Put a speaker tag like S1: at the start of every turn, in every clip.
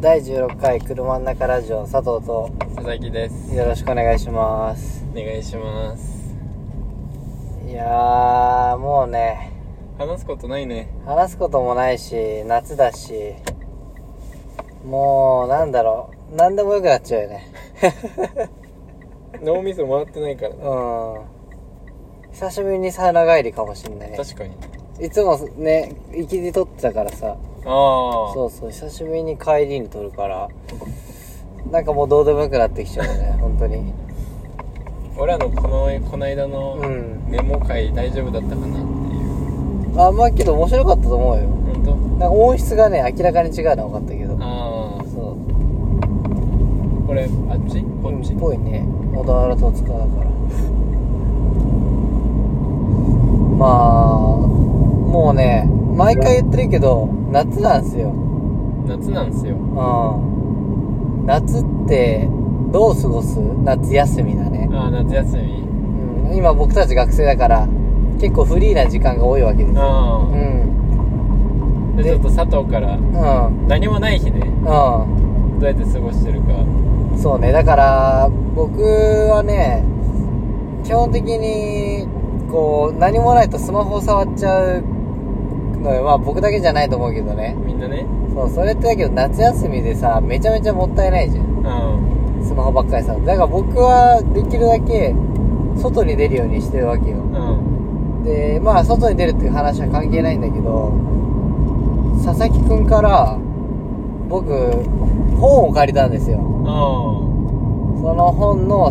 S1: 第16回車の中ラジオ佐藤と
S2: 佐々木です
S1: よろしくお願いします
S2: お願いします
S1: いやーもうね
S2: 話すことないね
S1: 話すこともないし夏だしもうなんだろう何でもよくなっちゃうよ ね
S2: 脳みそ回ってないからな
S1: うん久しぶりにサウナ帰りかもしんないね
S2: 確かに
S1: いつもね行きで撮ってたからさ
S2: ああ
S1: そうそう久しぶりに帰りに撮るからなんかもうどうでもよくなってきちゃうよね本当に
S2: 俺らのこのこの間
S1: う
S2: の
S1: ん
S2: メモ会大丈夫だったかなっていう
S1: あまあけど面白かったと思うよ
S2: 本
S1: なんか音質がね明らかに違うのは分かったけど
S2: 当あ
S1: そう
S2: あこれあっちこっち
S1: っぽいね小田原と戸塚だから まあもうね毎回言ってるけど夏なんですよ
S2: 夏なんすよ
S1: うん夏ってどう過ごす夏休みだね、
S2: ああ夏休み
S1: うん、今僕たち学生だから結構フリーな時間が多いわけですよ
S2: あ
S1: う
S2: あ、
S1: ん
S2: で
S1: で
S2: ちょっと佐藤から
S1: うん
S2: 何もない日ね
S1: うん
S2: どうやって過ごしてるか
S1: そうねだから僕はね基本的にこう何もないとスマホを触っちゃうのよまあ僕だけじゃないと思うけどね
S2: みんなね
S1: そうそれってだけど夏休みでさめちゃめちゃもったいないじゃん
S2: うん
S1: スマホばっかりさだから僕はできるだけ外に出るようにしてるわけよ
S2: うん
S1: でまあ外に出るっていう話は関係ないんだけど佐々木くんから僕本を借りたんですよ
S2: あ
S1: その本の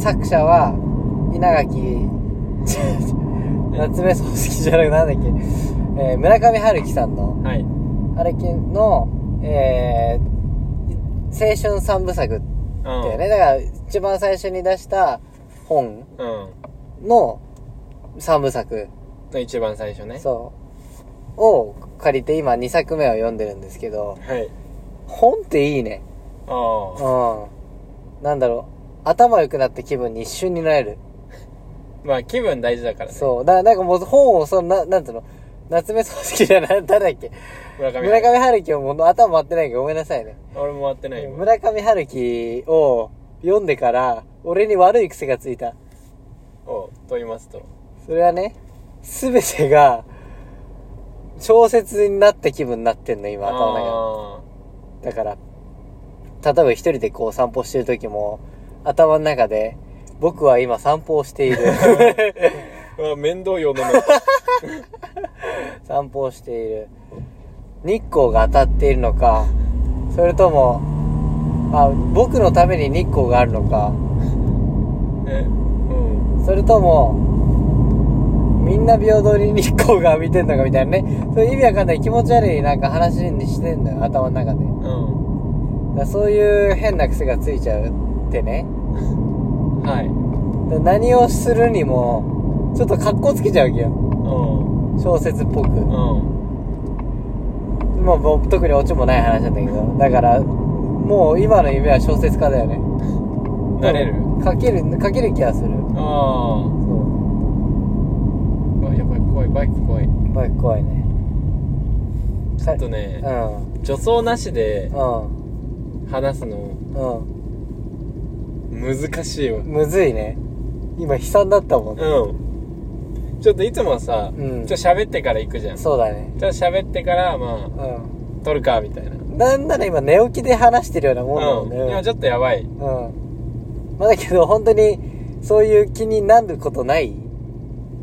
S1: 作者は、稲垣、 夏目漱石じゃなくなんだっけ、えー村上春樹さんの
S2: あ、はい
S1: 春樹の、えー青春三部作だよね。だから、一番最初に出した本
S2: うん
S1: の三部作、
S2: うん一番最初ね
S1: そう、を借りて今2作目を読んでるんですけど、
S2: はい
S1: 本っていいね。
S2: ああ
S1: うん。なんだろう、頭良くなった気分に一瞬になれる。
S2: まあ気分大事だからね。
S1: そう。だなんかもう本を、そのな、なんつうの、夏目漱石じゃない、誰だっけ
S2: 村上。
S1: 村上春樹をもう頭回ってないからごめんなさいね。
S2: 俺も回ってない今。
S1: 村上春樹を読んでから、俺に悪い癖がついた。
S2: おうと言いますと。
S1: それはね、すべてが、小説になった気分になってんの、今、頭の
S2: あ
S1: 中で。だから、例えば一人でこう散歩してる時も、頭の中で、僕は今散歩をして いる。
S2: ーうわ、面倒よ、でも。 あ
S1: 散歩をしている日光が当たっているのかそれともあ僕のために日光があるのか
S2: え、うん。
S1: それともみんな平等に日光が浴びてんのかみたいなねそういう意味わかんない気持ち悪いなんか話にしてんのよ頭の中でだからそういう変な癖がついちゃうってね
S2: うん。はい。
S1: だから何をするにもちょっと格好つけちゃうわけよ
S2: う
S1: 小説っぽく
S2: ん。うん。
S1: まあ、もう特にオチもない話なんだけどだからもう今の夢は小説家だよね
S2: なれる
S1: 書ける書ける気がする
S2: ああ。
S1: そう
S2: わやばい、怖い、バイク怖い。
S1: うバイク怖いね
S2: ちょっと
S1: う
S2: ね、
S1: ん
S2: 助走なしで
S1: うん
S2: 話すの難しいわ。
S1: うんむずいね今悲惨だったもんね、
S2: うん。ちょっといつもはさ、
S1: うん
S2: ちょっと喋ってから行くじゃん。ちょ
S1: そうだね
S2: っと喋ってから、ま
S1: う
S2: あ、撮るか、みたいな。うん。
S1: んなんなら今寝起きで話してるようなもんだもんね
S2: 今ちょっとやばい。
S1: うんまあだけど本当にそういう気になることない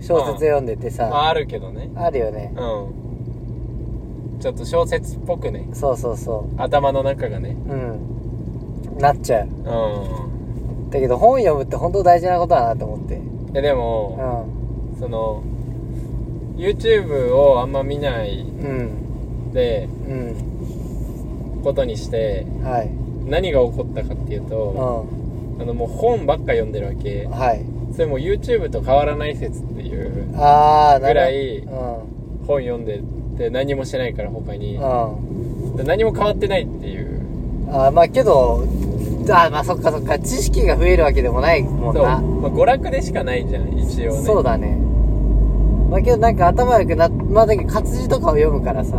S1: 小説読んでて
S2: まあ、
S1: さ
S2: あるけどね。
S1: あるよね
S2: うん。ちょっと小説っぽくね。
S1: そうそうそ
S2: 頭の中がね。
S1: ううんなっちゃう
S2: う
S1: だけど本読むって本当大事なことだなと思って
S2: ん。でで
S1: う
S2: も、
S1: ん
S2: その、YouTube をあんま見ない
S1: うん
S2: で、
S1: うん
S2: ことにして、
S1: はい
S2: 何が起こったかっていう
S1: う
S2: と、
S1: ん
S2: あの、もう本ばっか読んでるわけ。
S1: はい
S2: それもう YouTube と変わらない説っていう、
S1: ああな
S2: ぐら
S1: る
S2: い
S1: ほ
S2: 本読んでて何もしてないから他に。
S1: どうん
S2: で何も変わってないっていう。
S1: うんあーまあけどあーまあそっかそっか知識が増えるわけでもないもん
S2: そう。
S1: な
S2: まあ、娯楽でしかないじゃん、一応ね。
S1: そうだねまあけどなんか頭良くなまあだけど活字とかを読むからさ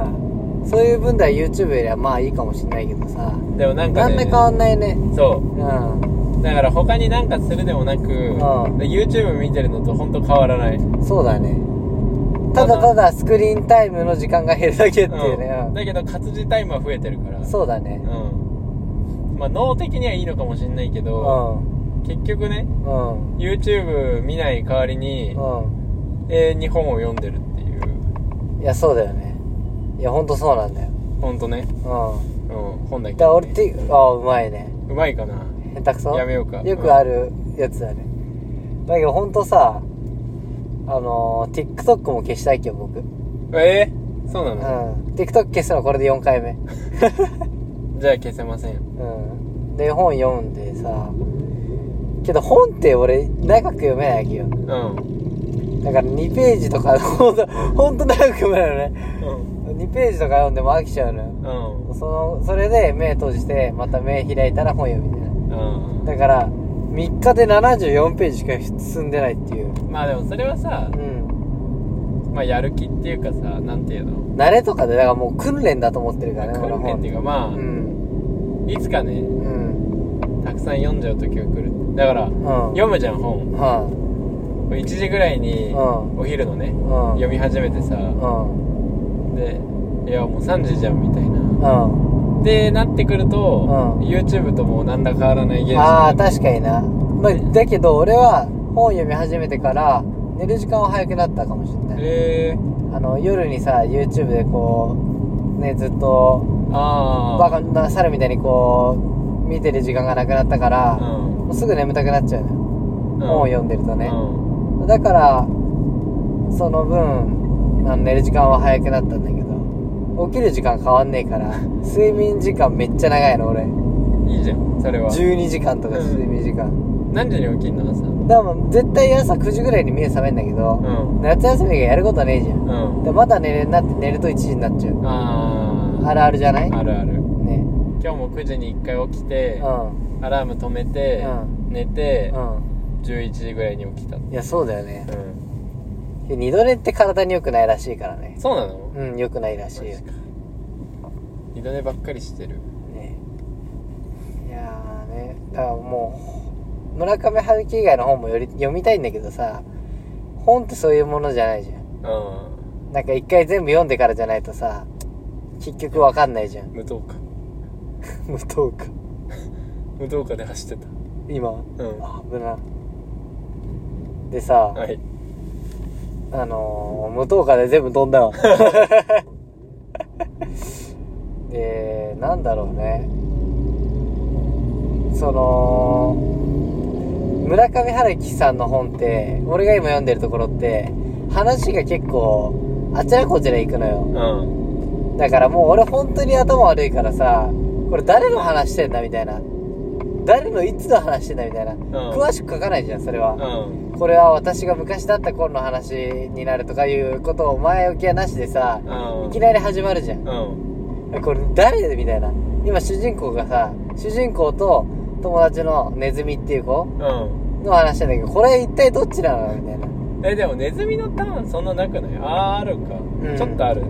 S1: そういう分では YouTube よりはまあいいかもしんないけどさ
S2: でもなんか、
S1: 何
S2: ね、
S1: ら変わんないね
S2: そ
S1: うん
S2: うだから他になんかするでもなく、で YouTube 見てるのと本当変わらない
S1: そうだねただただスクリーンタイムの時間が減るだけっていうね、
S2: うんだけど活字タイムは増えてるから
S1: うんそうだね
S2: うんまあ脳的にはいいのかもしれないけ
S1: う
S2: ど、
S1: ん
S2: 結局ね
S1: うん
S2: YouTube 見ない代わりに
S1: う
S2: 永遠に本を読んでるっていうん
S1: いやそうだよねいやほんとそうなんだよ
S2: ほんとね
S1: う
S2: うん本だけど、ね、
S1: んだから俺ってああうまいね
S2: うまいかな
S1: 下手くそ
S2: やめようか
S1: よくあるやつだね、だけどほんとさあのー、TikTok も消したいけど僕うん
S2: えー、そうなの、
S1: TikTok 消すのこれで4回 目
S2: じゃあ消せません
S1: うんで本読んでさけど本って俺長く読めないわけよ
S2: うん
S1: だから2ページとか、ほんと、 ほんと長く読めないのね。
S2: うん
S1: 2ページとか読んでも飽きちゃうのよ。
S2: うん
S1: その、それで目閉じて、また目開いたら本読みたいな。
S2: うん
S1: だから、3日で74ページしか進んでないっていう。
S2: まあでもそれはさ
S1: う、ん。
S2: まあ、やる気っていうかさなんていうの
S1: 慣れとかで、だからもう訓練だと思ってるからね、
S2: 訓練っていううかまあ、
S1: うん。
S2: いつかね
S1: うん。
S2: たくさん読んじゃう時が来るだから
S1: うん。
S2: 読むじゃん本
S1: は
S2: 1時ぐらいに
S1: うん
S2: お昼のね
S1: い。うん。
S2: 読み始めてさ
S1: うん。
S2: でいやもう3時じゃんみたいな
S1: うん。
S2: でなってくると
S1: うん
S2: YouTube ともう何ら変わらない現象
S1: ああ、確かにな。まあ、だけど俺は本読み始めてから、寝る時間は早くなったかもしれない。
S2: へえ
S1: あの夜にさ YouTube でこうねずっと
S2: あ
S1: バ
S2: あ
S1: カな猿みたいにこう見てる時間がなくなったから、
S2: うん
S1: もうすぐ眠たくなっちゃうのよ、本を読んでると
S2: む
S1: ね、だからその分あの寝る時間は早くなったんだけど起きる時間変わんねえから 睡眠時間めっちゃ長いの俺
S2: いいじゃんそれは
S1: 12時間とか
S2: うん
S1: 睡眠時間、
S2: 何時に起きんの朝う
S1: だからもう絶対朝9時ぐらいに目覚めんだけど、
S2: ん
S1: 夏休みがやることねえじゃん
S2: うん
S1: でまだ寝れんなって寝ると1時になっちゃう
S2: ああ
S1: あるあるじゃない
S2: あるある
S1: ね
S2: 今日も9時に1回起きて
S1: う
S2: アラーム止めて
S1: う
S2: 寝て
S1: んうん
S2: 11時ぐらいに起きた
S1: いやそうだよね
S2: うん
S1: 二度寝って体に良くないらしいからね
S2: そうなの
S1: うん良くないらしいよ、
S2: 二度寝ばっかりしてる
S1: ね、いやーねだからもう村上春樹以外の本もより読みたいんだけどさ本ってそういうものじゃないじゃん
S2: うん
S1: なんか一回全部読んでからじゃないとさ結局わかんないじゃん
S2: 無糖か
S1: 無糖か
S2: 無糖かで走って
S1: 今
S2: たうん
S1: あ危なでさ、
S2: はい
S1: あのー、無糖化で全部飛んだわ。で、なんだろうね。その、村上春樹さんの本って、俺が今読んでるところって、話が結構、あちらこちら行くのよ。
S2: うん
S1: だからもう俺本当に頭悪いからさ、これ誰の話してんだみたいな。誰のいつの話してんだみたいな。詳しく書かないじゃん、それは。
S2: うん
S1: これは私が昔だった頃の話になるとかいうことを前置きはなしでさ
S2: う
S1: い
S2: ん
S1: きなり始まるじゃん
S2: うん
S1: これ誰みたいな今主人公がさ主人公と友達のネズミっていう子
S2: うん
S1: の話なんだけどこれ一体どっちなのみたいな
S2: えでもネズミのターンそんななくないあーあるか、
S1: ん
S2: ちょっとあるか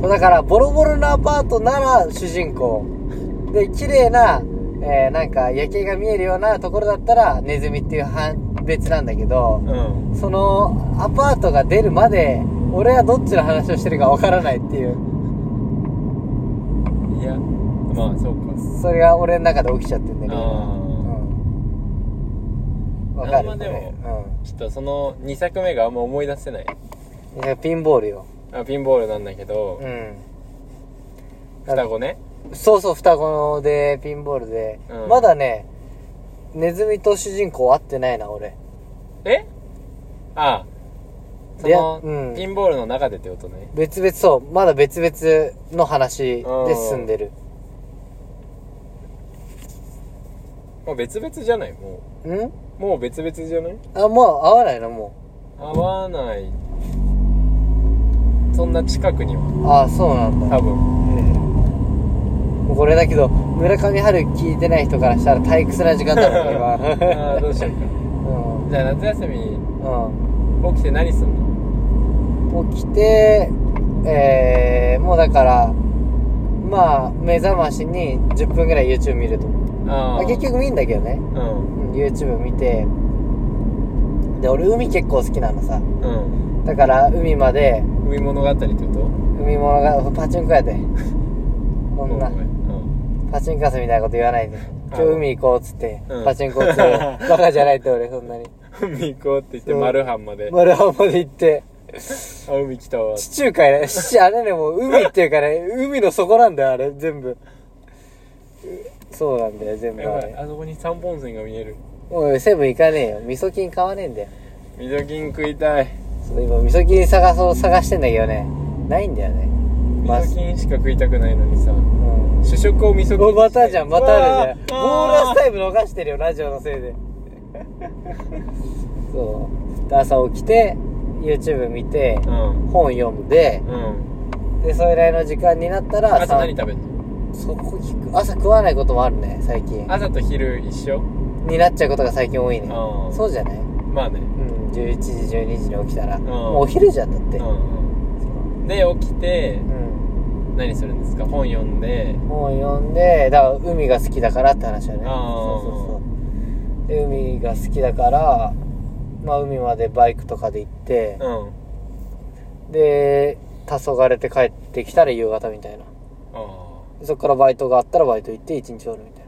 S1: そうだからボロボロなアパートなら主人公で綺麗な、えーなんか夜景が見えるようなところだったらネズミっていうは別なんだけど
S2: うん
S1: そのアパートが出るまで俺はどっちの話をしてるかわからないっていう
S2: いやまあそうか
S1: それが俺の中で起きちゃってんだけど
S2: あ
S1: うんわかる
S2: あんまでも
S1: こ
S2: あちょっとその2作目があんま思い出せない
S1: れうんいやピンボールよ
S2: あピンボールなんだけど
S1: う、ん
S2: 双子ね
S1: そうそう双子でピンボールで、
S2: うん
S1: まだねネズミと主人公会ってないな俺
S2: えああそ
S1: で
S2: の、
S1: うん
S2: ピンボールの中でってことね
S1: 別々そうまだ別々の話で進んでる
S2: もう別々じゃないも
S1: うん
S2: うもう別々じゃない
S1: あもう会わないのも
S2: 合わないそんな近くには
S1: うああそうなんだ
S2: 多分
S1: もうこれだけど村上春樹聞いてない人からしたら退屈な時間だもん
S2: ああどうしようか
S1: 今
S2: じゃあ夏休み
S1: うん、うん
S2: 起きて何すんの
S1: 起きて、えー、もうだから、まあ目覚ましに10分ぐらい YouTube 見ると、ま
S2: あ
S1: あ、結局見んだけどね、
S2: うん
S1: うん、YouTube 見てで俺海結構好きなのさ
S2: うん
S1: だから海まで
S2: 海物語ってこと
S1: 海物がパチンコ やでこんな
S2: ごめうん
S1: パチンカスみたいなこと言わないで今日海行こうっつって、
S2: うん
S1: パチンコ 打つのバカじゃないって俺そんなに
S2: 海行こうって言ってマルハンまで
S1: 丸浜まで行って
S2: あ海来たわ
S1: 地中海ねしあれねもう海っていうかね海の底なんだよあれ全部うそうなんだよ全部
S2: や
S1: あ
S2: ばい
S1: れ
S2: あそこに三本線が見える
S1: おいセブン行かねえよ味噌菌買わねえんだよ
S2: ミドキン食いたい
S1: ちょっと今味噌菌探そう探してんだけどねないんだよね
S2: ミ
S1: ま
S2: ドキンしか食いたくないのにさ
S1: うん
S2: 主食を味噌
S1: お
S2: 菌
S1: またじゃんまたあるじゃんボーナスタ
S2: イ
S1: イム逃してるよラジオのせいでそうで朝起きて YouTube 見て
S2: うん
S1: 本読んで
S2: うん
S1: でそれぐらいの時間になったら
S2: 朝
S1: さん
S2: 何食べるの
S1: そこ聞く朝食わないこともあるね最近
S2: 朝と昼一緒
S1: になっちゃうことが最近多いね
S2: あー
S1: そうじゃない
S2: まあね
S1: うん11時12時に起きたら
S2: ん
S1: もうお昼じゃんだって
S2: う
S1: うん
S2: うんで起きて
S1: ん
S2: 何するんですか本読んで
S1: 本読んでだから海が好きだからって話だね
S2: あー
S1: そうそうそうで海が好きだからまあ海までバイクとかで行って
S2: うん
S1: で黄昏て帰ってきたら夕方みたいな
S2: あ
S1: そっからバイトがあったらバイト行って一日おるみたい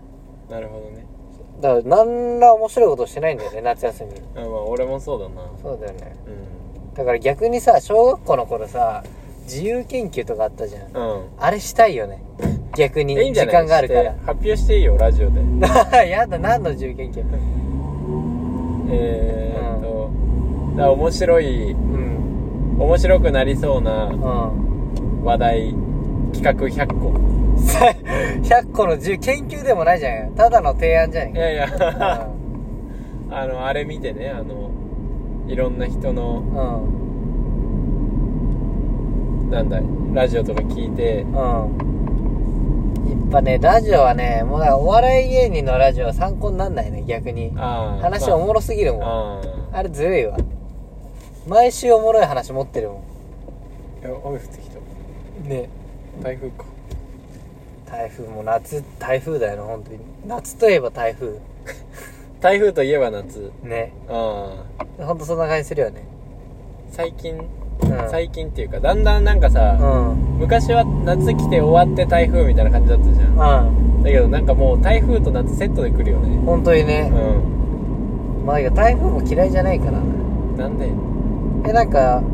S1: な
S2: あなるほどね
S1: だから何ら面白いことしてないんだよね夏休み
S2: あまあ俺もそうだな
S1: そうだよね
S2: う
S1: だから逆にさ小学校の頃さ自由研究とかあったじゃん
S2: んうん
S1: あれしたいよね逆に
S2: いいんじゃ
S1: 時
S2: ない
S1: 間があるか
S2: して発表していいよラジオで
S1: ら やだ何の自由研究
S2: えー、っと、だから面白い
S1: うん
S2: 面白くなりそうな
S1: うん
S2: 話題企画100個
S1: さ100個の自由研究でもないじゃんただの提案じゃん
S2: いやいや
S1: う
S2: あのあれ見てねあのいろんな人
S1: んう
S2: の
S1: ん
S2: なんだラジオとか聞いて
S1: うんやっぱねラジオはねもうだからお笑い芸人のラジオは参考になんないね逆に
S2: ああ
S1: 話おもろすぎるもん
S2: ああ
S1: あれずるいわ毎週おもろい話持ってるも
S2: いや雨降ってきた
S1: んね
S2: 台風か
S1: 台風も夏台風だよな本当に夏といえば台風
S2: 台風といえば夏
S1: ね
S2: ああ
S1: 本当そんな感じするよね
S2: 最近
S1: うん
S2: 最近っていうかだんだんなんか
S1: う
S2: さ、
S1: んうん
S2: 昔は夏来て終わって台風みたいな感じだったじゃんだけどなんかもう台風と夏セットで来るよね
S1: 本当に
S2: う
S1: ね、
S2: ん
S1: まあいや台風も嫌いじゃないから
S2: なんで
S1: えなんか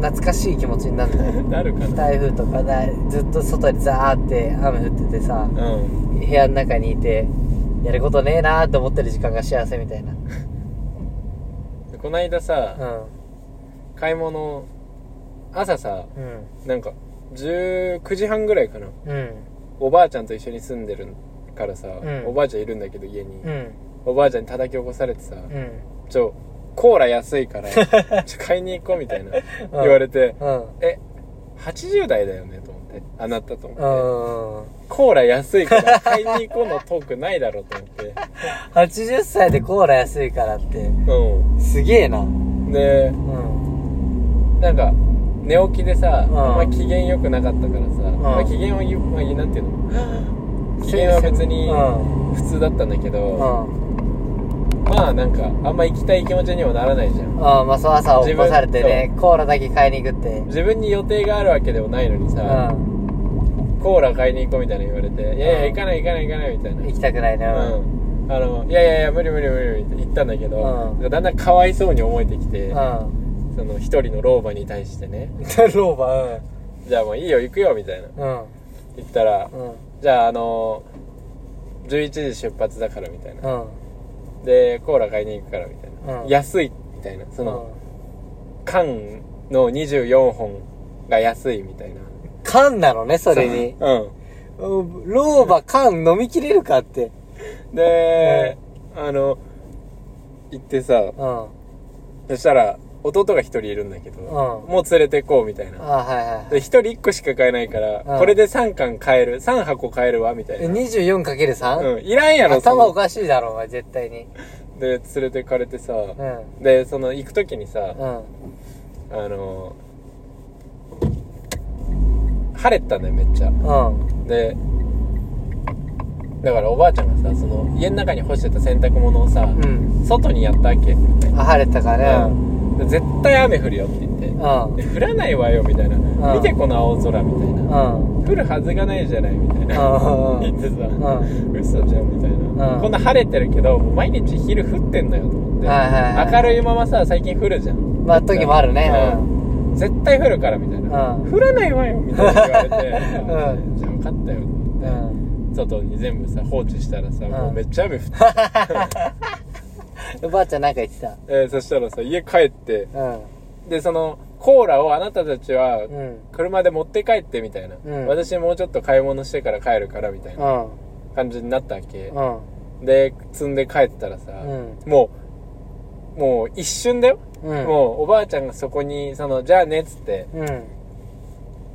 S1: 懐かしい気持ちになるんだよ
S2: なるかな
S1: 台風とかだずっと外でザーって雨降っててさ
S2: うん
S1: 部屋の中にいてやることねえなーって思ってる時間が幸せみたいな
S2: こないださ、
S1: うん
S2: 買い物朝さ
S1: うん
S2: なんか19時半ぐらいかな
S1: うん
S2: おばあちゃんと一緒に住んでるからさ、
S1: ん
S2: おばあちゃんいるんだけど家に、
S1: うん
S2: おばあちゃんに叩き起こされてさ、
S1: うん
S2: ちょコーラ安いから ちょ買いに行こうみたいな言われて、
S1: うん
S2: え80代だよねと思ってあなたと思って、
S1: うん
S2: コーラ安いから買いに行こうのトークないだろうと 思って
S1: 80歳でコーラ安いからって
S2: う
S1: すげえなうん
S2: で
S1: ん
S2: なんか寝起きでさ、
S1: うん
S2: あんま機嫌良くなかったからさ、まあ、機嫌を言う、まあ、なんてい うの機嫌は別に
S1: うん
S2: 普通だったんだけ
S1: う
S2: ど、
S1: ん
S2: まあなんかあんま行きたい気持ちにもならないじゃん
S1: ああまあそう朝起こされてね
S2: 自
S1: コーラだけ買いに行くって
S2: 自分に予定があるわけでもないのに
S1: う
S2: さ、
S1: ん
S2: コーラ買いに行こうみたいな言われて「いやいや
S1: うん
S2: 行かない行かない行かない」みたいな
S1: 行きたくないなうん
S2: うんあのいやいやいや無理無理無理無理って言ったんだけど、
S1: う
S2: だんだんかわいそうに思えてきて、
S1: うん
S2: その一人の老婆に対してね
S1: ローバ
S2: じゃあもういいよ行くよみたいな
S1: ーうん
S2: 言った
S1: う
S2: ら、
S1: ん
S2: じゃああの11時出発だからみたいな、
S1: うん
S2: でコーラ買いに行くからみたいな、
S1: うん
S2: 安いみたいなその、缶の24本が安いみたいな
S1: 缶なのねそれに
S2: う
S1: うんローバー缶飲みきれるかって
S2: んで、あの行ってさ
S1: うんうん
S2: そしたら弟が一人いるんだけど、もう連れてこうみたい
S1: あ
S2: な
S1: はいはい
S2: で一人一個しか買えないから、
S1: うん
S2: これで3缶買える3箱買えるわみたい
S1: え
S2: な
S1: 24×3?
S2: うんいらんやろ
S1: 頭お
S2: その
S1: かしいだろお前絶対に
S2: で連れてかれてさ、
S1: うん
S2: でその行く時にさ、
S1: うん
S2: あの晴れてたんだよめっちゃ
S1: うん
S2: でだからおばあちゃんがさその家の中に干してた洗濯物をさ、
S1: うん
S2: 外にやったわけ、
S1: あ晴れたからね
S2: で絶対雨降るよって言って
S1: うん
S2: で降らないわよみたいな、
S1: ん
S2: 見てこの青空みたいな、
S1: うん
S2: 降るはずがないじゃないみたいな、
S1: うん
S2: 言ってさ、
S1: ん
S2: 嘘じゃんみたいな、
S1: うん
S2: こんな晴れてるけどもう毎日昼降ってんのよと思って、
S1: はいはいはい
S2: 明るいままさ最近降るじゃん
S1: まあ時もあるね
S2: うん絶対降るからみたいな、
S1: うん
S2: 降らないわよみたいな言われて、
S1: う
S2: じゃあ分かったよと思って、
S1: うん
S2: 外に全部さ放置したらさ、
S1: ん
S2: もうめっちゃ雨降って、
S1: おばあちゃんなんか言ってた
S2: えーそしたらさ家帰って
S1: うん
S2: でそのコーラをあなたたちは
S1: うん
S2: 車で持って帰ってみたいな、
S1: うん
S2: 私もうちょっと買い物してから帰るからみたいうなん感じになったわけ
S1: う、ん
S2: で積んで帰ったらさ、
S1: うん
S2: もうもう一瞬だよ、
S1: うん
S2: もうおばあちゃんがそこにそのじゃあねっつって
S1: うんはい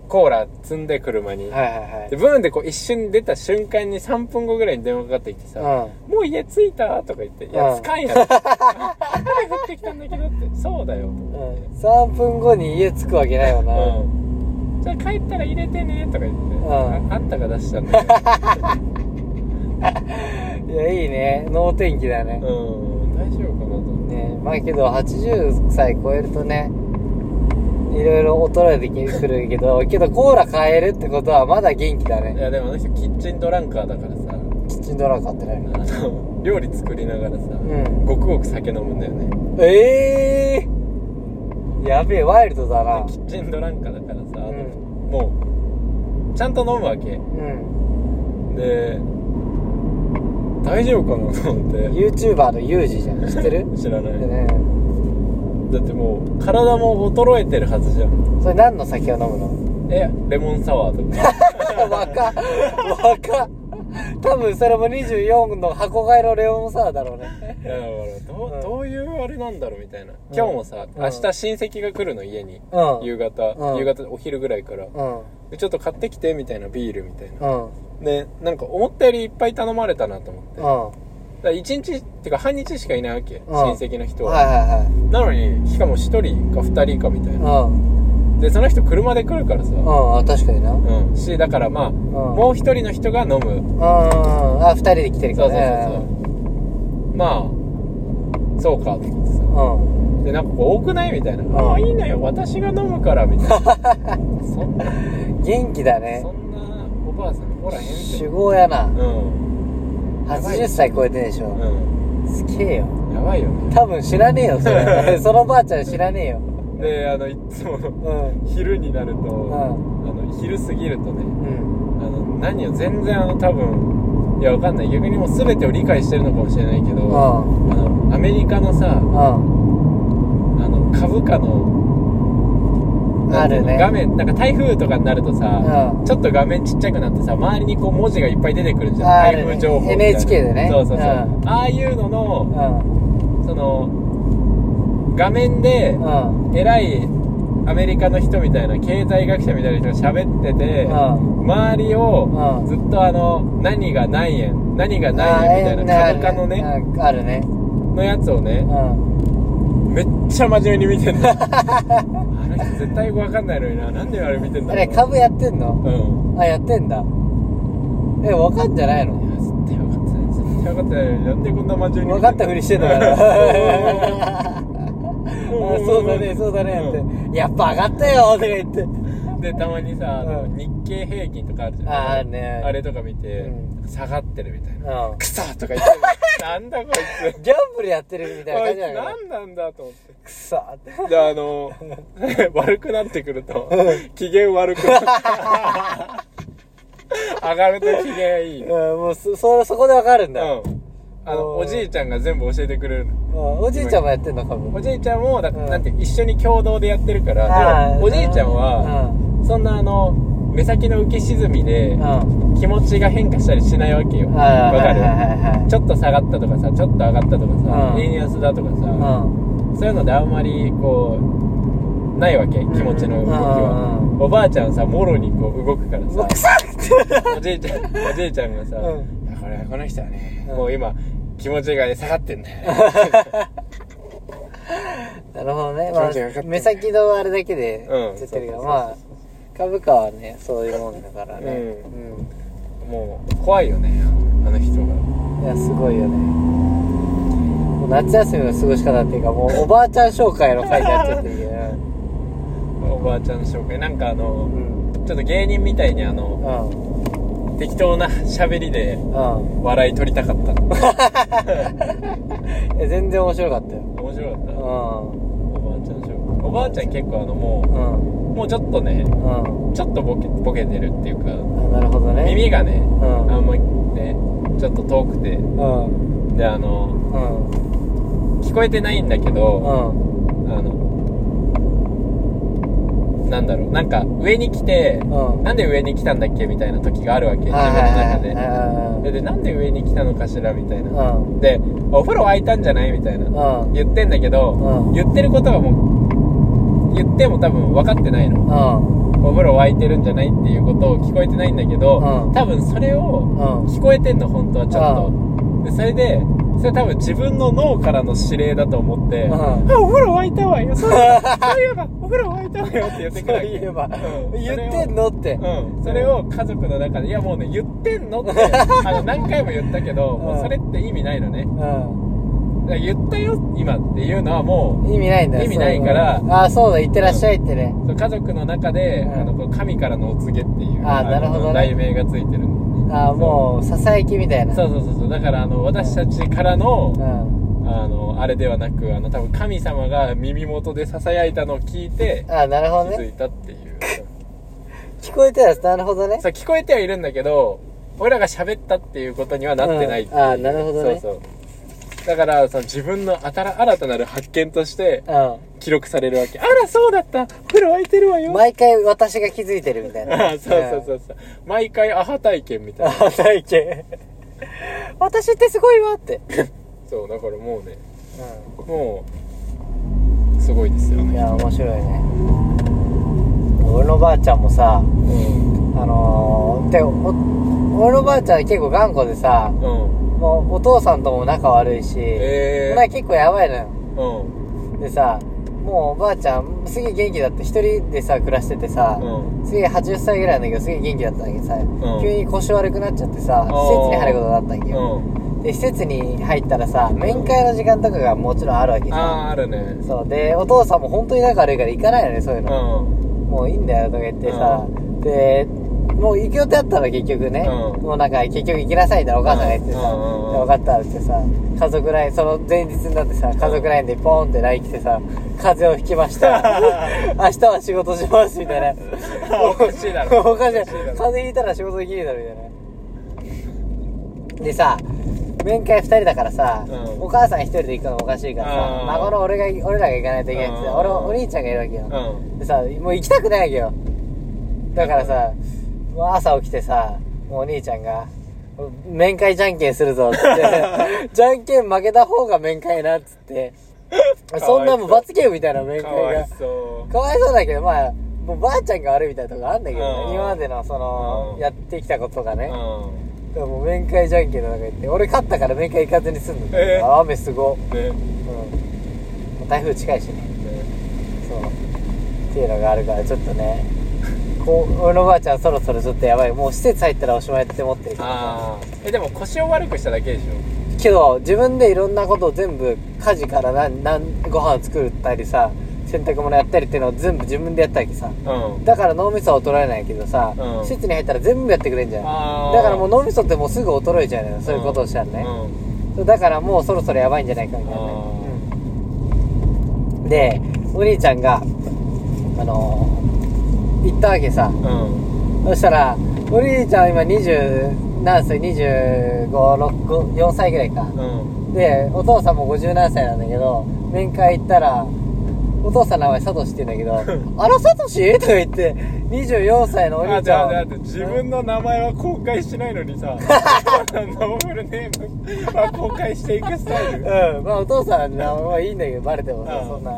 S2: コーラ積んで車に、
S1: はい
S2: でブーンってこう一瞬出た瞬間に3分後ぐらいに電話かかってきてさ、
S1: はい
S2: もう家着いたとか言って、いや、
S1: うん
S2: つかんやろ。雨降ってきたんだけどって、そうだよ、
S1: う
S2: と
S1: ん
S2: 思っ
S1: う
S2: て
S1: ん。3分後に家着くわけないよな
S2: うん。じゃあ帰ったら入れてね、とか言って、
S1: ん
S2: ああんたが出したんだけ
S1: いやいいね能天気だね
S2: ど、うん、大丈夫かなと思って。
S1: ねまあけど80歳超えるとねいろいろ衰えてくるけど けどコーラ買えるってことはまだ元気だ
S2: い
S1: ね
S2: や、でもあの人、キッチンドランカーだからさ、
S1: キッチンドラ買ってないの
S2: あの、料理作りながらさ、
S1: ん
S2: ごくごく酒飲むんだよね。
S1: ええー、やべえワイルドだな
S2: でキッチンドランカーだからさ、あの
S1: うん
S2: もう、ちゃんと飲むわけ。
S1: うん
S2: で、大丈夫かなと思って。
S1: YouTuber のユージじゃん知ってる
S2: 知らない。
S1: でね
S2: だってもう体も衰えてるはずじゃん
S1: それ何の酒を飲むの
S2: えレモンサワー とか
S1: 若っ若っ多分それも24の箱買いのレオンサワーだろうね
S2: いやだからど,、
S1: う
S2: うんどういうあれなんだろうみたいな今日もさ、
S1: うん
S2: 明日親戚が来るの家に、
S1: うん
S2: 夕方、
S1: うん
S2: 夕方お昼ぐらいから、
S1: うん
S2: でちょっと買ってきてみたいなビールみたいな、
S1: うん
S2: でなんか思ったよりいっぱい頼まれたなと思って、だか
S1: うん
S2: ら1日っていうか半日しかいないわけ、
S1: ん
S2: 親戚の人は、
S1: はいは
S2: なのにしかも1人か2人かみたい
S1: い
S2: な、
S1: はいうん
S2: でその人車で来るからさ、
S1: うん、あ確かにな。うん。
S2: うんしだからまあ、もう1人の人が飲む
S1: ああ、二人で来てるか
S2: そう
S1: ら
S2: そう
S1: ね。
S2: そうそうまあそうかと思ってさ
S1: う
S2: でなんかこう多くないみたいな「
S1: ん
S2: ああいいのよ私が飲むから」みたいな そんな、
S1: ん。元気だね
S2: そ。んなおばあさんほらへんって
S1: 酒豪やな
S2: う。ん
S1: 80歳超えてんでしょ。
S2: う
S1: すげえよ。
S2: んやばいよね
S1: 多分知らねえよ、そ れ。そのばあちゃん知らねえよ。
S2: であのいつも
S1: うん。
S2: 昼になると、
S1: ん
S2: あの昼過ぎると
S1: う
S2: ね
S1: ん。
S2: あの何を全然あの多分いやわかんない逆にもう全てを理解してるのかもしれないけど、
S1: う
S2: あ
S1: ん。
S2: のアメリカのさ
S1: うん。
S2: あの株価の
S1: あるね
S2: なんていうの画面なんか台風とかになるとさ、
S1: うん
S2: ちょっと画面ちっちゃくなってさ周りにこう文字がいっぱい出てくるじゃん
S1: ある
S2: 台
S1: ね
S2: 風情報みたいな
S1: NHK でね
S2: そうそうそう、
S1: う
S2: ああいうの
S1: う
S2: の
S1: ん。
S2: その画面で
S1: うん。
S2: 偉いアメリカの人みたいな経済学者みたいな人が喋ってて、
S1: うん
S2: 周り
S1: う
S2: を
S1: ん
S2: ずっとあの何が何円何が何
S1: あ
S2: 円みたいな株価のね、
S1: うんあるね。
S2: のやつをね、
S1: うん。
S2: めっちゃ真面目に見てんだあの人絶対わかんないのにななんであれ見てんだ
S1: あ
S2: ろう
S1: れ、株やってんの
S2: うん
S1: あ、やってんだ。え、わかんじゃないの
S2: いや絶対分かってない絶対分かってないなんでこんな真面目に
S1: 分かったふりしてんだ から。あそうだね、そうだね、って。やっぱ上がったよとか言って。
S2: でたまにさあの
S1: うん
S2: 日経平均とかあるじゃん
S1: ああるね
S2: あれとか見て、
S1: う
S2: 下がってるみたいな
S1: う
S2: 「クソ!」とか言って なんだこい
S1: ん。
S2: つ
S1: ギャンブルやってるみたいな
S2: こ
S1: 感
S2: い
S1: じ
S2: つ
S1: だから。
S2: 何なんだと思って
S1: くそーって。
S2: であの 悪くなってくると機嫌悪くなる上がると機嫌いい
S1: うん、もうそ、そ、そこでわかるんだ。うん。
S2: うん。あの、
S1: おー
S2: おじいちゃんが全部教えてくれるの。
S1: おじいちゃんもやってんのか
S2: お
S1: も。
S2: じいちゃんも、だ
S1: うん
S2: なんていう、一緒に共同でやってるか
S1: あ
S2: ら、
S1: ー
S2: でもおじいちゃんは、そんなあの、目先の浮き沈み
S1: う
S2: で
S1: ん。うん。、は
S2: 気持ちが変化したりしないわけよ。
S1: いは
S2: わ
S1: いは
S2: か
S1: い
S2: る
S1: はいはい。
S2: ちょっと下がったとかさ、ちょっと上がったとかさ
S1: う、ん
S2: 円安だとか
S1: う
S2: さ、
S1: ん。
S2: そういうのであんまり、こう、ないわけ、気持ちの動きは
S1: うん。
S2: おばあちゃんさ、もろにこう動くから
S1: も う
S2: さ
S1: く、そーって。
S2: おじいちゃん、おじいちゃんがさ、
S1: う
S2: いやこれこの人はね、
S1: うん
S2: もう今、気持ちがね、下がってん だよね。
S1: なるほどね。
S2: 気持ちが分かっ
S1: ま
S2: て
S1: あ、
S2: る
S1: 目先のあれだけで、
S2: うん
S1: 言ってるけど、
S2: そうそうそうそう
S1: まあ、株価はねそういうもんだからね、うん
S2: もう怖いよねあの人が
S1: いやすごいよねもう夏休みの過ごし方っていうかもうおばあちゃん紹介の回になっちゃってるけど、ね、
S2: おばあちゃんの紹介なんかあ
S1: う
S2: の
S1: ん
S2: ちょっと芸人みたいにあの
S1: う
S2: 適当な喋りで
S1: んうん
S2: 笑い取りたかった
S1: いや全然面白かったよ
S2: 面白かった
S1: う
S2: おばあちゃん紹介おばあちゃん結構あのも
S1: んうん
S2: うもうちょっとね
S1: うん
S2: ちょっとボケボケてるっていうか
S1: あなるほどね
S2: 耳がね
S1: うん
S2: あんまりねちょっと遠くて
S1: うん
S2: であの
S1: うん
S2: 聞こえてないんだけ
S1: う
S2: ど
S1: ん
S2: あのなんだろうなんか上に来て
S1: うん
S2: なんで上に来たんだっけみたいな時があるわけ自分の
S1: はいはいはいは
S2: 中
S1: い
S2: で
S1: はい
S2: ででなんで上に来たのかしらみたいな
S1: うん
S2: でお風呂沸いたんじゃないみたいな
S1: うん
S2: 言ってんだけ
S1: う
S2: ど
S1: ん
S2: 言ってることはもう言っても多分分かってないの
S1: うん
S2: お風呂沸いてるんじゃないっていうことを聞こえてないんだけど
S1: うん
S2: 多分それを
S1: うん
S2: 聞こえてんの本当はちょっとでそれでそれ多分自分の脳からの指令だと思って「
S1: うん
S2: あお風呂沸いたわよそういえばそういえばお風呂沸いたわ よ」って言ってくる
S1: そ
S2: わ
S1: う
S2: け
S1: いえば
S2: うん
S1: 言
S2: それを
S1: ってんのって
S2: うん、それを家族の中で「いやもうね言ってんの?」 ってあの何回も言ったけど、もうそれって意味ないのね
S1: う
S2: だから言ったよ今っていうのはも
S1: ん意味ないんだよ
S2: 意味ないから
S1: そうあそうだいってらっしゃいってね
S2: う家族の中で、
S1: うん
S2: あのこう神からのお告げっていう
S1: あーなるほどね
S2: の題名がついてるんだよね
S1: あもうささやきみたいな
S2: そうそうそうそうだからあの私たちから
S1: う
S2: の,、
S1: ん
S2: あのあれではなくあの多分神様が耳元でささやいたのを聞いて
S1: あなる
S2: 気
S1: ほど
S2: づ
S1: ね
S2: いたっていう
S1: 聞こえてたやつなるほどね
S2: そう聞こえてはいるんだけど俺らが喋ったっていうことにはなってないっていう、
S1: うんあーなるほどね
S2: そうそうだからその自分の新新たなる発見として
S1: う
S2: 記録されるわけあらそうだったお風呂沸いてるわ
S1: ん
S2: よ
S1: 毎回私が気づいてるみたいな
S2: あ そうそうそうそう毎回アハ体験みたいな
S1: あ体験私ってすごいわって、
S2: そうだからもうね
S1: う
S2: もうすごいですよ
S1: ん、い
S2: ね
S1: や面白いね俺のばあちゃんもさ
S2: うん
S1: あのー、でお俺のばあちゃん結構頑固でさ
S2: うん
S1: もうお父さんとも仲悪いし、
S2: ええ
S1: まあ結構やばいのよ
S2: うん
S1: でさもうおばあちゃんすげえ元気だった一人でさ暮らしててさ、
S2: うん
S1: すげえ80歳ぐらいなんだけどすげえ元気だったんだけどさ、
S2: ん
S1: 急に腰悪くなっちゃってさ
S2: あー
S1: 施設に入ることになったんだけ
S2: う
S1: ど、
S2: ん
S1: で施設に入ったらさ面会の時間とかがもちろんあるわけ
S2: あ
S1: さ
S2: ああるね
S1: そうでお父さんも本当に仲悪いから行かないよねそういう
S2: う
S1: の、
S2: ん
S1: もういいんだよとか言ってさ、でもう行く予定あったの結局ね、
S2: うん
S1: もうなんか結局行きなさいみたいなお母さんが言ってさ、
S2: うんうんうんうん
S1: じゃあ分かったってさ家族ラインその前日になってさ家族ラインでポーンって LINE 来てさ「風邪をひきました 明日は仕事します」みたいな
S2: おかしいだろ
S1: おかしい
S2: おかしい
S1: 風邪
S2: だろ
S1: ひいたら仕事できねえだろみたいなでさ面会2人だからさ、
S2: うん
S1: お母さん1人で行くのもおかしいからさ
S2: うん
S1: 孫の俺が俺らが行かないといけないって
S2: う
S1: さ
S2: ん
S1: 俺お兄ちゃんがいるわけよ、
S2: うん
S1: でさもう行きたくないわけよだからさもう朝起きてさもうお兄ちゃんが「面会じゃんけんする ぞ」っつってじゃんけん負けた方が面会なっつって
S2: かわいそう
S1: そんなもう罰ゲームみたいな面
S2: か
S1: 会
S2: わ
S1: が
S2: いそう
S1: かわいそうだけどまあもうばあちゃんが悪いみたいなとこあんだけど、
S2: うん
S1: ね、今までのその、
S2: うん
S1: やってきたことがね、
S2: う
S1: でも面会じゃんけんとか言って俺勝ったから面会行かずに済んだ、
S2: えー
S1: あ雨すご、
S2: ん
S1: う
S2: ね
S1: ん、もう台風近いしね
S2: ね
S1: そうっていうのがあるからちょっとねこう俺のおばあちゃんそろそろちょっとやばいもう施設入ったらおしまいって思ってるから
S2: ああえでも腰を悪くしただけでしょ
S1: けど自分でいろんなことを全部家事からなんなんご飯作ったりさ洗濯物やったりっていうのを全部自分でやったわけさ
S2: うん
S1: だから脳みそは衰えないけどさ、
S2: うん
S1: 施設に入ったら全部やってくれんじゃん
S2: あー
S1: だからもう脳みそってもうすぐ衰えちゃうのよそういうことをしたらね、だからもうそろそろやばいんじゃないかみたいなね、うんでお兄ちゃんがあのー行ったわけさ
S2: うんうん
S1: そしたらお兄ちゃんは今20何歳254歳ぐらいか
S2: うん
S1: でお父さんも50何歳なんだけど面会行ったらお父さんの名前サトシって言うんだけ ど「あらサトシ?」とか言って24歳のお
S2: あ、
S1: 兄
S2: じ
S1: ちゃん
S2: ゃ
S1: を
S2: あ、だって自分の名前は公開しないのにさ、ノーブルネームは公開していくスタイル。
S1: うんまあお父さんの名前はいいんだけどバレてもさ
S2: うん
S1: そんな「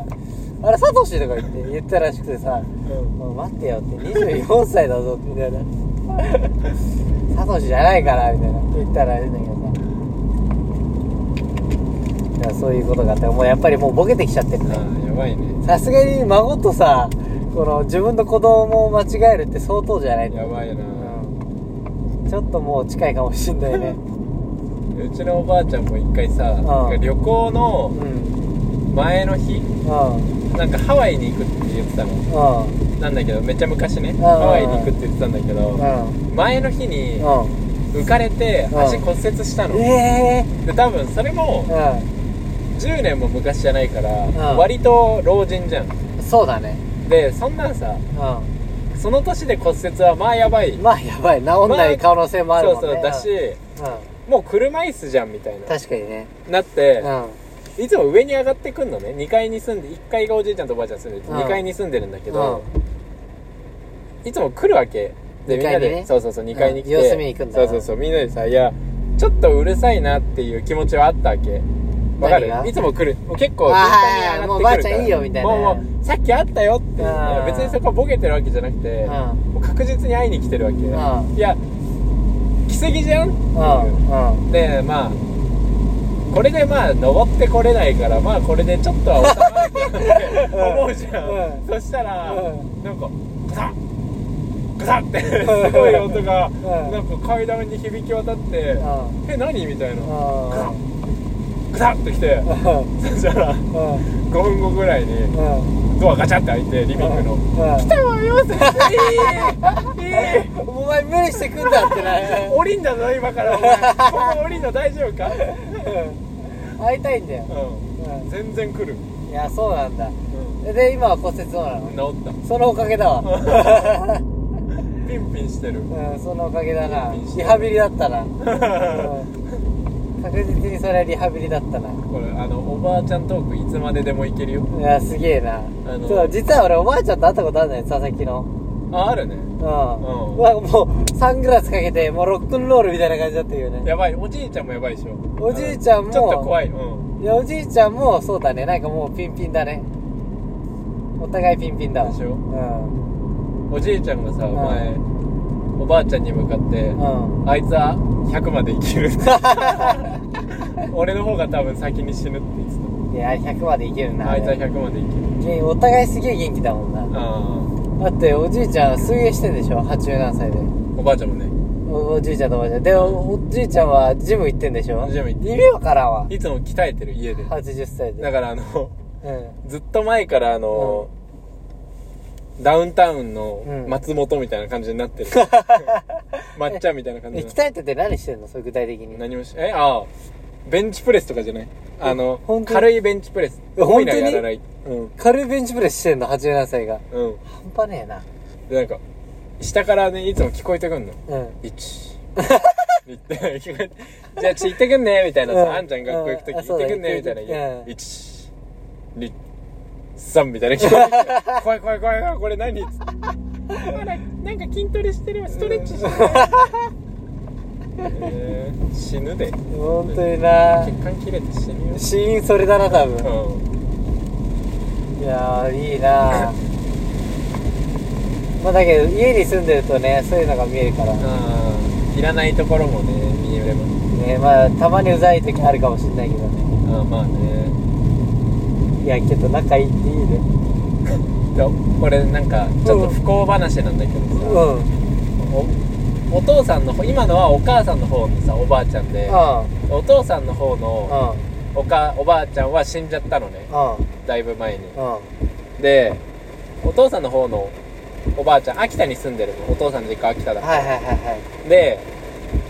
S1: あらサトシ?」とか言って言ったらしくてさもう待ってよって24歳だぞみたいな 「サトシじゃないから」みたいな言ったらあれだけどさいやそういうことがあってもうやっぱりもうボケてきちゃってる
S2: あ
S1: ね
S2: ーやばいね。
S1: さすがに孫とさこの自分の子供を間違えるって相当じゃない
S2: やばいな、
S1: うんちょっともう近いかもしんないね
S2: うちのおばあちゃんも一回さ、
S1: うん
S2: 旅行
S1: う
S2: の
S1: ん
S2: 前の日
S1: うん
S2: なんかハワイに行くって言ってたの
S1: うん
S2: なんだけどめっちゃ昔ね
S1: うん
S2: ハワイに行くって言ってたんだけど
S1: う
S2: 前の日に
S1: ん
S2: 浮かれて
S1: うん
S2: 足骨折したの
S1: うんえ
S2: で多分それも
S1: えう
S2: 10年も昔じゃないから
S1: うん
S2: 割と老人じゃん
S1: んそうだね
S2: でそんなんさ
S1: う
S2: その年で骨折はまあやばい
S1: んまあやばい治んない可能性もあるもんね
S2: そうそうだし、
S1: う
S2: もう車椅子じゃんみたい
S1: ん
S2: な
S1: 確かにね
S2: なっ
S1: う
S2: て
S1: ん、うん
S2: いつも上に上がってくんのね2階に住んで1階がおじいちゃんとおばあちゃん住んでて
S1: うん
S2: 2階に住んでるんだけど、いつも来るわけでみんな
S1: 二階
S2: で、
S1: にね
S2: そうそうそう2階に来て、
S1: うん様子見に行くんだ
S2: そうそうそうみんなでさいやちょっとうるさいなっていう気持ちはあったわけわかる
S1: 何が
S2: いつも来るもう結構
S1: あー
S2: 頻繁に上がってくるから
S1: もうばあちゃんいいよみたいな
S2: もうもうさっきあったよってい
S1: うん
S2: や別にそこはボケてるわけじゃなくて、
S1: うん
S2: もう確実に会いに来てるわけ、
S1: ん
S2: いや奇跡じゃんっていう、
S1: うんうん
S2: でまあこれでまあ登ってこれないからまあこれでちょっとは収まるって思うじゃん、
S1: うん
S2: そしたら、
S1: うん
S2: なんかガサッガサッってすごい音が、
S1: ん
S2: なんか階段に響き渡って
S1: う
S2: 「え何?」みたいな、ガサ
S1: ん
S2: ッガサッってきて
S1: うん
S2: そしたら
S1: うん
S2: 5分後ぐらいに
S1: うん
S2: ドアガチャって開いてリビングの「来たわよ先生!」えー
S1: お前無理してくんだってな
S2: 降りんだぞ今からお前ここ降りんの大丈夫か、
S1: 会いたいんだよ、
S2: うん
S1: う
S2: 全然来る、
S1: ん、いやそうなんだ
S2: う
S1: で今は骨折そうなの
S2: ん、治った
S1: そのおかげだわ
S2: ピンピンしてる
S1: うんそのおかげだなリハビリだったな、うん確実にそれはリハビリだったな
S2: これあのおばあちゃんトークいつまででもいけるよ
S1: いやすげえな、
S2: の
S1: そう実は俺おばあちゃんと会ったことあるんだよ佐々木の
S2: ああるね
S1: うん、うんわもうサングラスかけてもうロックンロールみたいな感じだったよね
S2: やばいおじいちゃんもやばいでしょ
S1: おじいちゃんも
S2: ちょっと怖いうん
S1: いやおじいちゃんもそうだねなんかもうピンピンだねお互いピンピンだわ
S2: でしょ
S1: うん
S2: おじいちゃんがさ
S1: うん
S2: お前おばあちゃんに向かって
S1: うん
S2: あいつは100まで生きるって 俺の方が多分先に死ぬって言っ
S1: い
S2: て
S1: や100までいける
S2: た
S1: な
S2: あいつは
S1: れ
S2: 100まで生きる
S1: 元お互いすげえ元気だもんな
S2: あ
S1: だっておじいちゃん水泳してんでしょ80何歳で
S2: あおばあちゃんもね
S1: おおじいちゃんとおばあちゃんでおおじいちゃんはジム行ってんでしょ
S2: ジム行って
S1: 意味わからんわ
S2: いつも鍛えてる家で
S1: 80歳で
S2: だからあの
S1: うん
S2: ずっと前からあの、ダウンタウンの
S1: うん
S2: 松本みたいな感じになっ てる、抹茶みたいな感
S1: え
S2: じにな
S1: 鍛えてて何してんのそれ具体的に
S2: 何もしえああベンチプレスとかじゃないあの
S1: 本当に
S2: 軽いベンチプレス
S1: え本当に
S2: 重いのやらないうん
S1: 軽いベンチプレスしてんの87歳が
S2: うん
S1: 半端ねえな
S2: でなんか下からねいつも聞こえてくんの
S1: うん
S2: 1 って聞こえてじゃあち行ってくんねみたいなさ、
S1: うん
S2: あんちゃん学校行くとき
S1: うんあ
S2: 行ってくんねみ
S1: そ
S2: た
S1: う
S2: い
S1: だ
S2: な
S1: ね
S2: 言う、
S1: うん
S2: 1 2 3みたいな 聞こえてきて怖い怖い怖い怖いこれ何 つってほらなんか筋トレしてるわストレ ッチしてるわ、えー死ぬで
S1: 本当にな
S2: 血管切れて死ぬよ
S1: 死因それだな多分
S2: う
S1: いやーいいなまあだけど家に住んでるとねそういうのが見えるから
S2: んあーいらないところもね見えれば
S1: ねまあたまにうざい時あるかもしんないけどね
S2: あーまあね
S1: いやけど仲いいっていいね
S2: でこれなんかちょっと不幸話なんだけどさ、
S1: うん
S2: おお父さんの方今のはお母さんの方のさおばあちゃんで
S1: あ
S2: お父さんの方の
S1: あ
S2: おかおばあちゃんは死んじゃったのね
S1: あ
S2: だいぶ前に
S1: あ
S2: でお父さんの方のおばあちゃん秋田に住んでるのお父さんの実家秋田だ、
S1: はいはいはいはい
S2: で、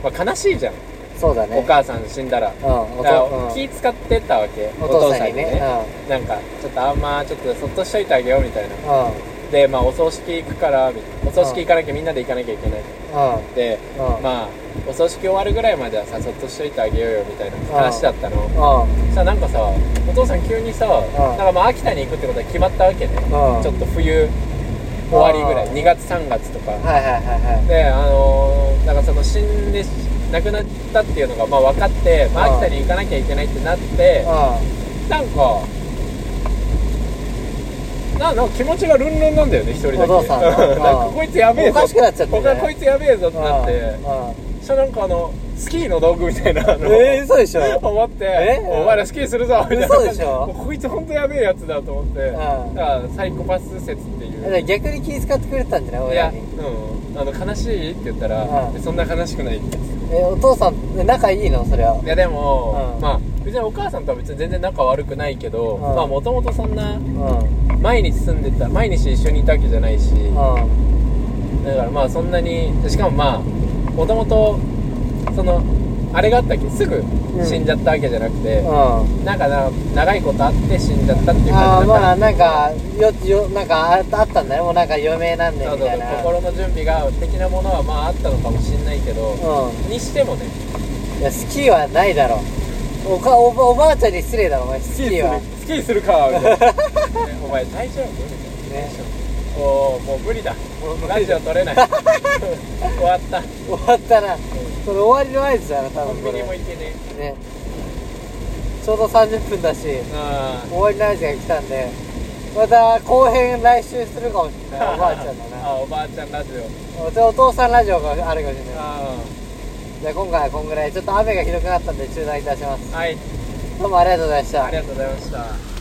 S2: まあ悲しいじゃん、
S1: そうだね
S2: お母さん死んだ
S1: う
S2: ら
S1: んお
S2: だから
S1: 父
S2: 気使ってたわけ
S1: うんお父さんにね
S2: なんかちょっとあんまちょっとそっとしといてあげようみたいな
S1: うんうん
S2: でまあお葬式行くからみたいなお葬式行かなきゃみんなで行かなきゃいけない
S1: うん
S2: で
S1: うん
S2: まあお葬式終わるぐらいまではさそっとしといてあげようよみたいな話だったの
S1: うん
S2: さなんかさお父さん急にさなんかまあ秋田に行くってことは決まったわけね
S1: うん
S2: ちょっと冬終わりぐらい
S1: うん
S2: 2月3月とか
S1: はいはいはいはい
S2: であのーなんかその死んで亡くなったっていうのがまあ分かって、まあ、
S1: うん
S2: 秋田に行かなきゃいけないってなってなんかななんか気持ちがルンルンなんだよね一人だけ
S1: お父さんの
S2: なんか
S1: うん
S2: こいつやべえぞ
S1: おかしくなっちゃってね
S2: ここがこいつやべえぞって
S1: うん
S2: なって
S1: うん
S2: そしたらなんかあのスキーの道具みたいなのを
S1: えー、嘘でしょ
S2: 思って
S1: え
S2: お前らスキーするぞみたいな
S1: 嘘でし ょ
S2: もうこいつ本当やべえやつだと思ってだ
S1: うん
S2: からサイコパス説ってい
S1: だから
S2: う
S1: 逆に気遣ってくれてたんじゃない
S2: い
S1: 俺
S2: や
S1: ら
S2: う
S1: に
S2: んあの悲しいって言った
S1: う
S2: ら
S1: ん
S2: えそんな悲しくないって言って
S1: えお父さん仲いいのそれはい
S2: やでも、
S1: うん
S2: まあ別にお母さんとは別に全然仲悪くないけど、
S1: ん
S2: まあもともとそん
S1: う
S2: な
S1: ん
S2: 毎日住んでた毎日一緒にいたわけじゃないし、
S1: うん
S2: だからまあそんなにしかもまあもともとそのあれがあったっけすぐ
S1: ん
S2: 死んじゃったわけじゃなくて、
S1: うん
S2: なんかな長いことあって死んじゃったっていう
S1: あ
S2: 感
S1: あ
S2: じだった
S1: まあなんかよよなんかああったんだねもうなんか余命なんで
S2: そう
S1: み
S2: そう
S1: たい
S2: そ
S1: うな
S2: 心の準備が的なものはまああったのかもしんないけど、
S1: う
S2: にしてもね
S1: んいやスキーはないだろおかおばおばあちゃんに失礼だろお前スキーは
S2: スキーするかみた いなねお前大丈夫みたいな、
S1: ね
S2: おおもう無理だ
S1: もう無理だ
S2: ラジオ撮れない終わった
S1: 終わったなそれ終わりの合図だな多
S2: コ
S1: 分
S2: ン
S1: こ
S2: ビ
S1: れ
S2: ニも行ってね
S1: ねちょうど30分だし
S2: あ
S1: 終わりの合図が来たんでまた後編来週するかもしれない
S2: あ
S1: おばあちゃんだ
S2: あ
S1: な
S2: おばあちゃんラジオ
S1: おお父さんラジオがあるかもしれない
S2: あ
S1: じゃあ今回はこんぐらいちょっと雨がひどくなったんで中断いたします
S2: あはい
S1: どうもありがとうございました
S2: ありがとうございました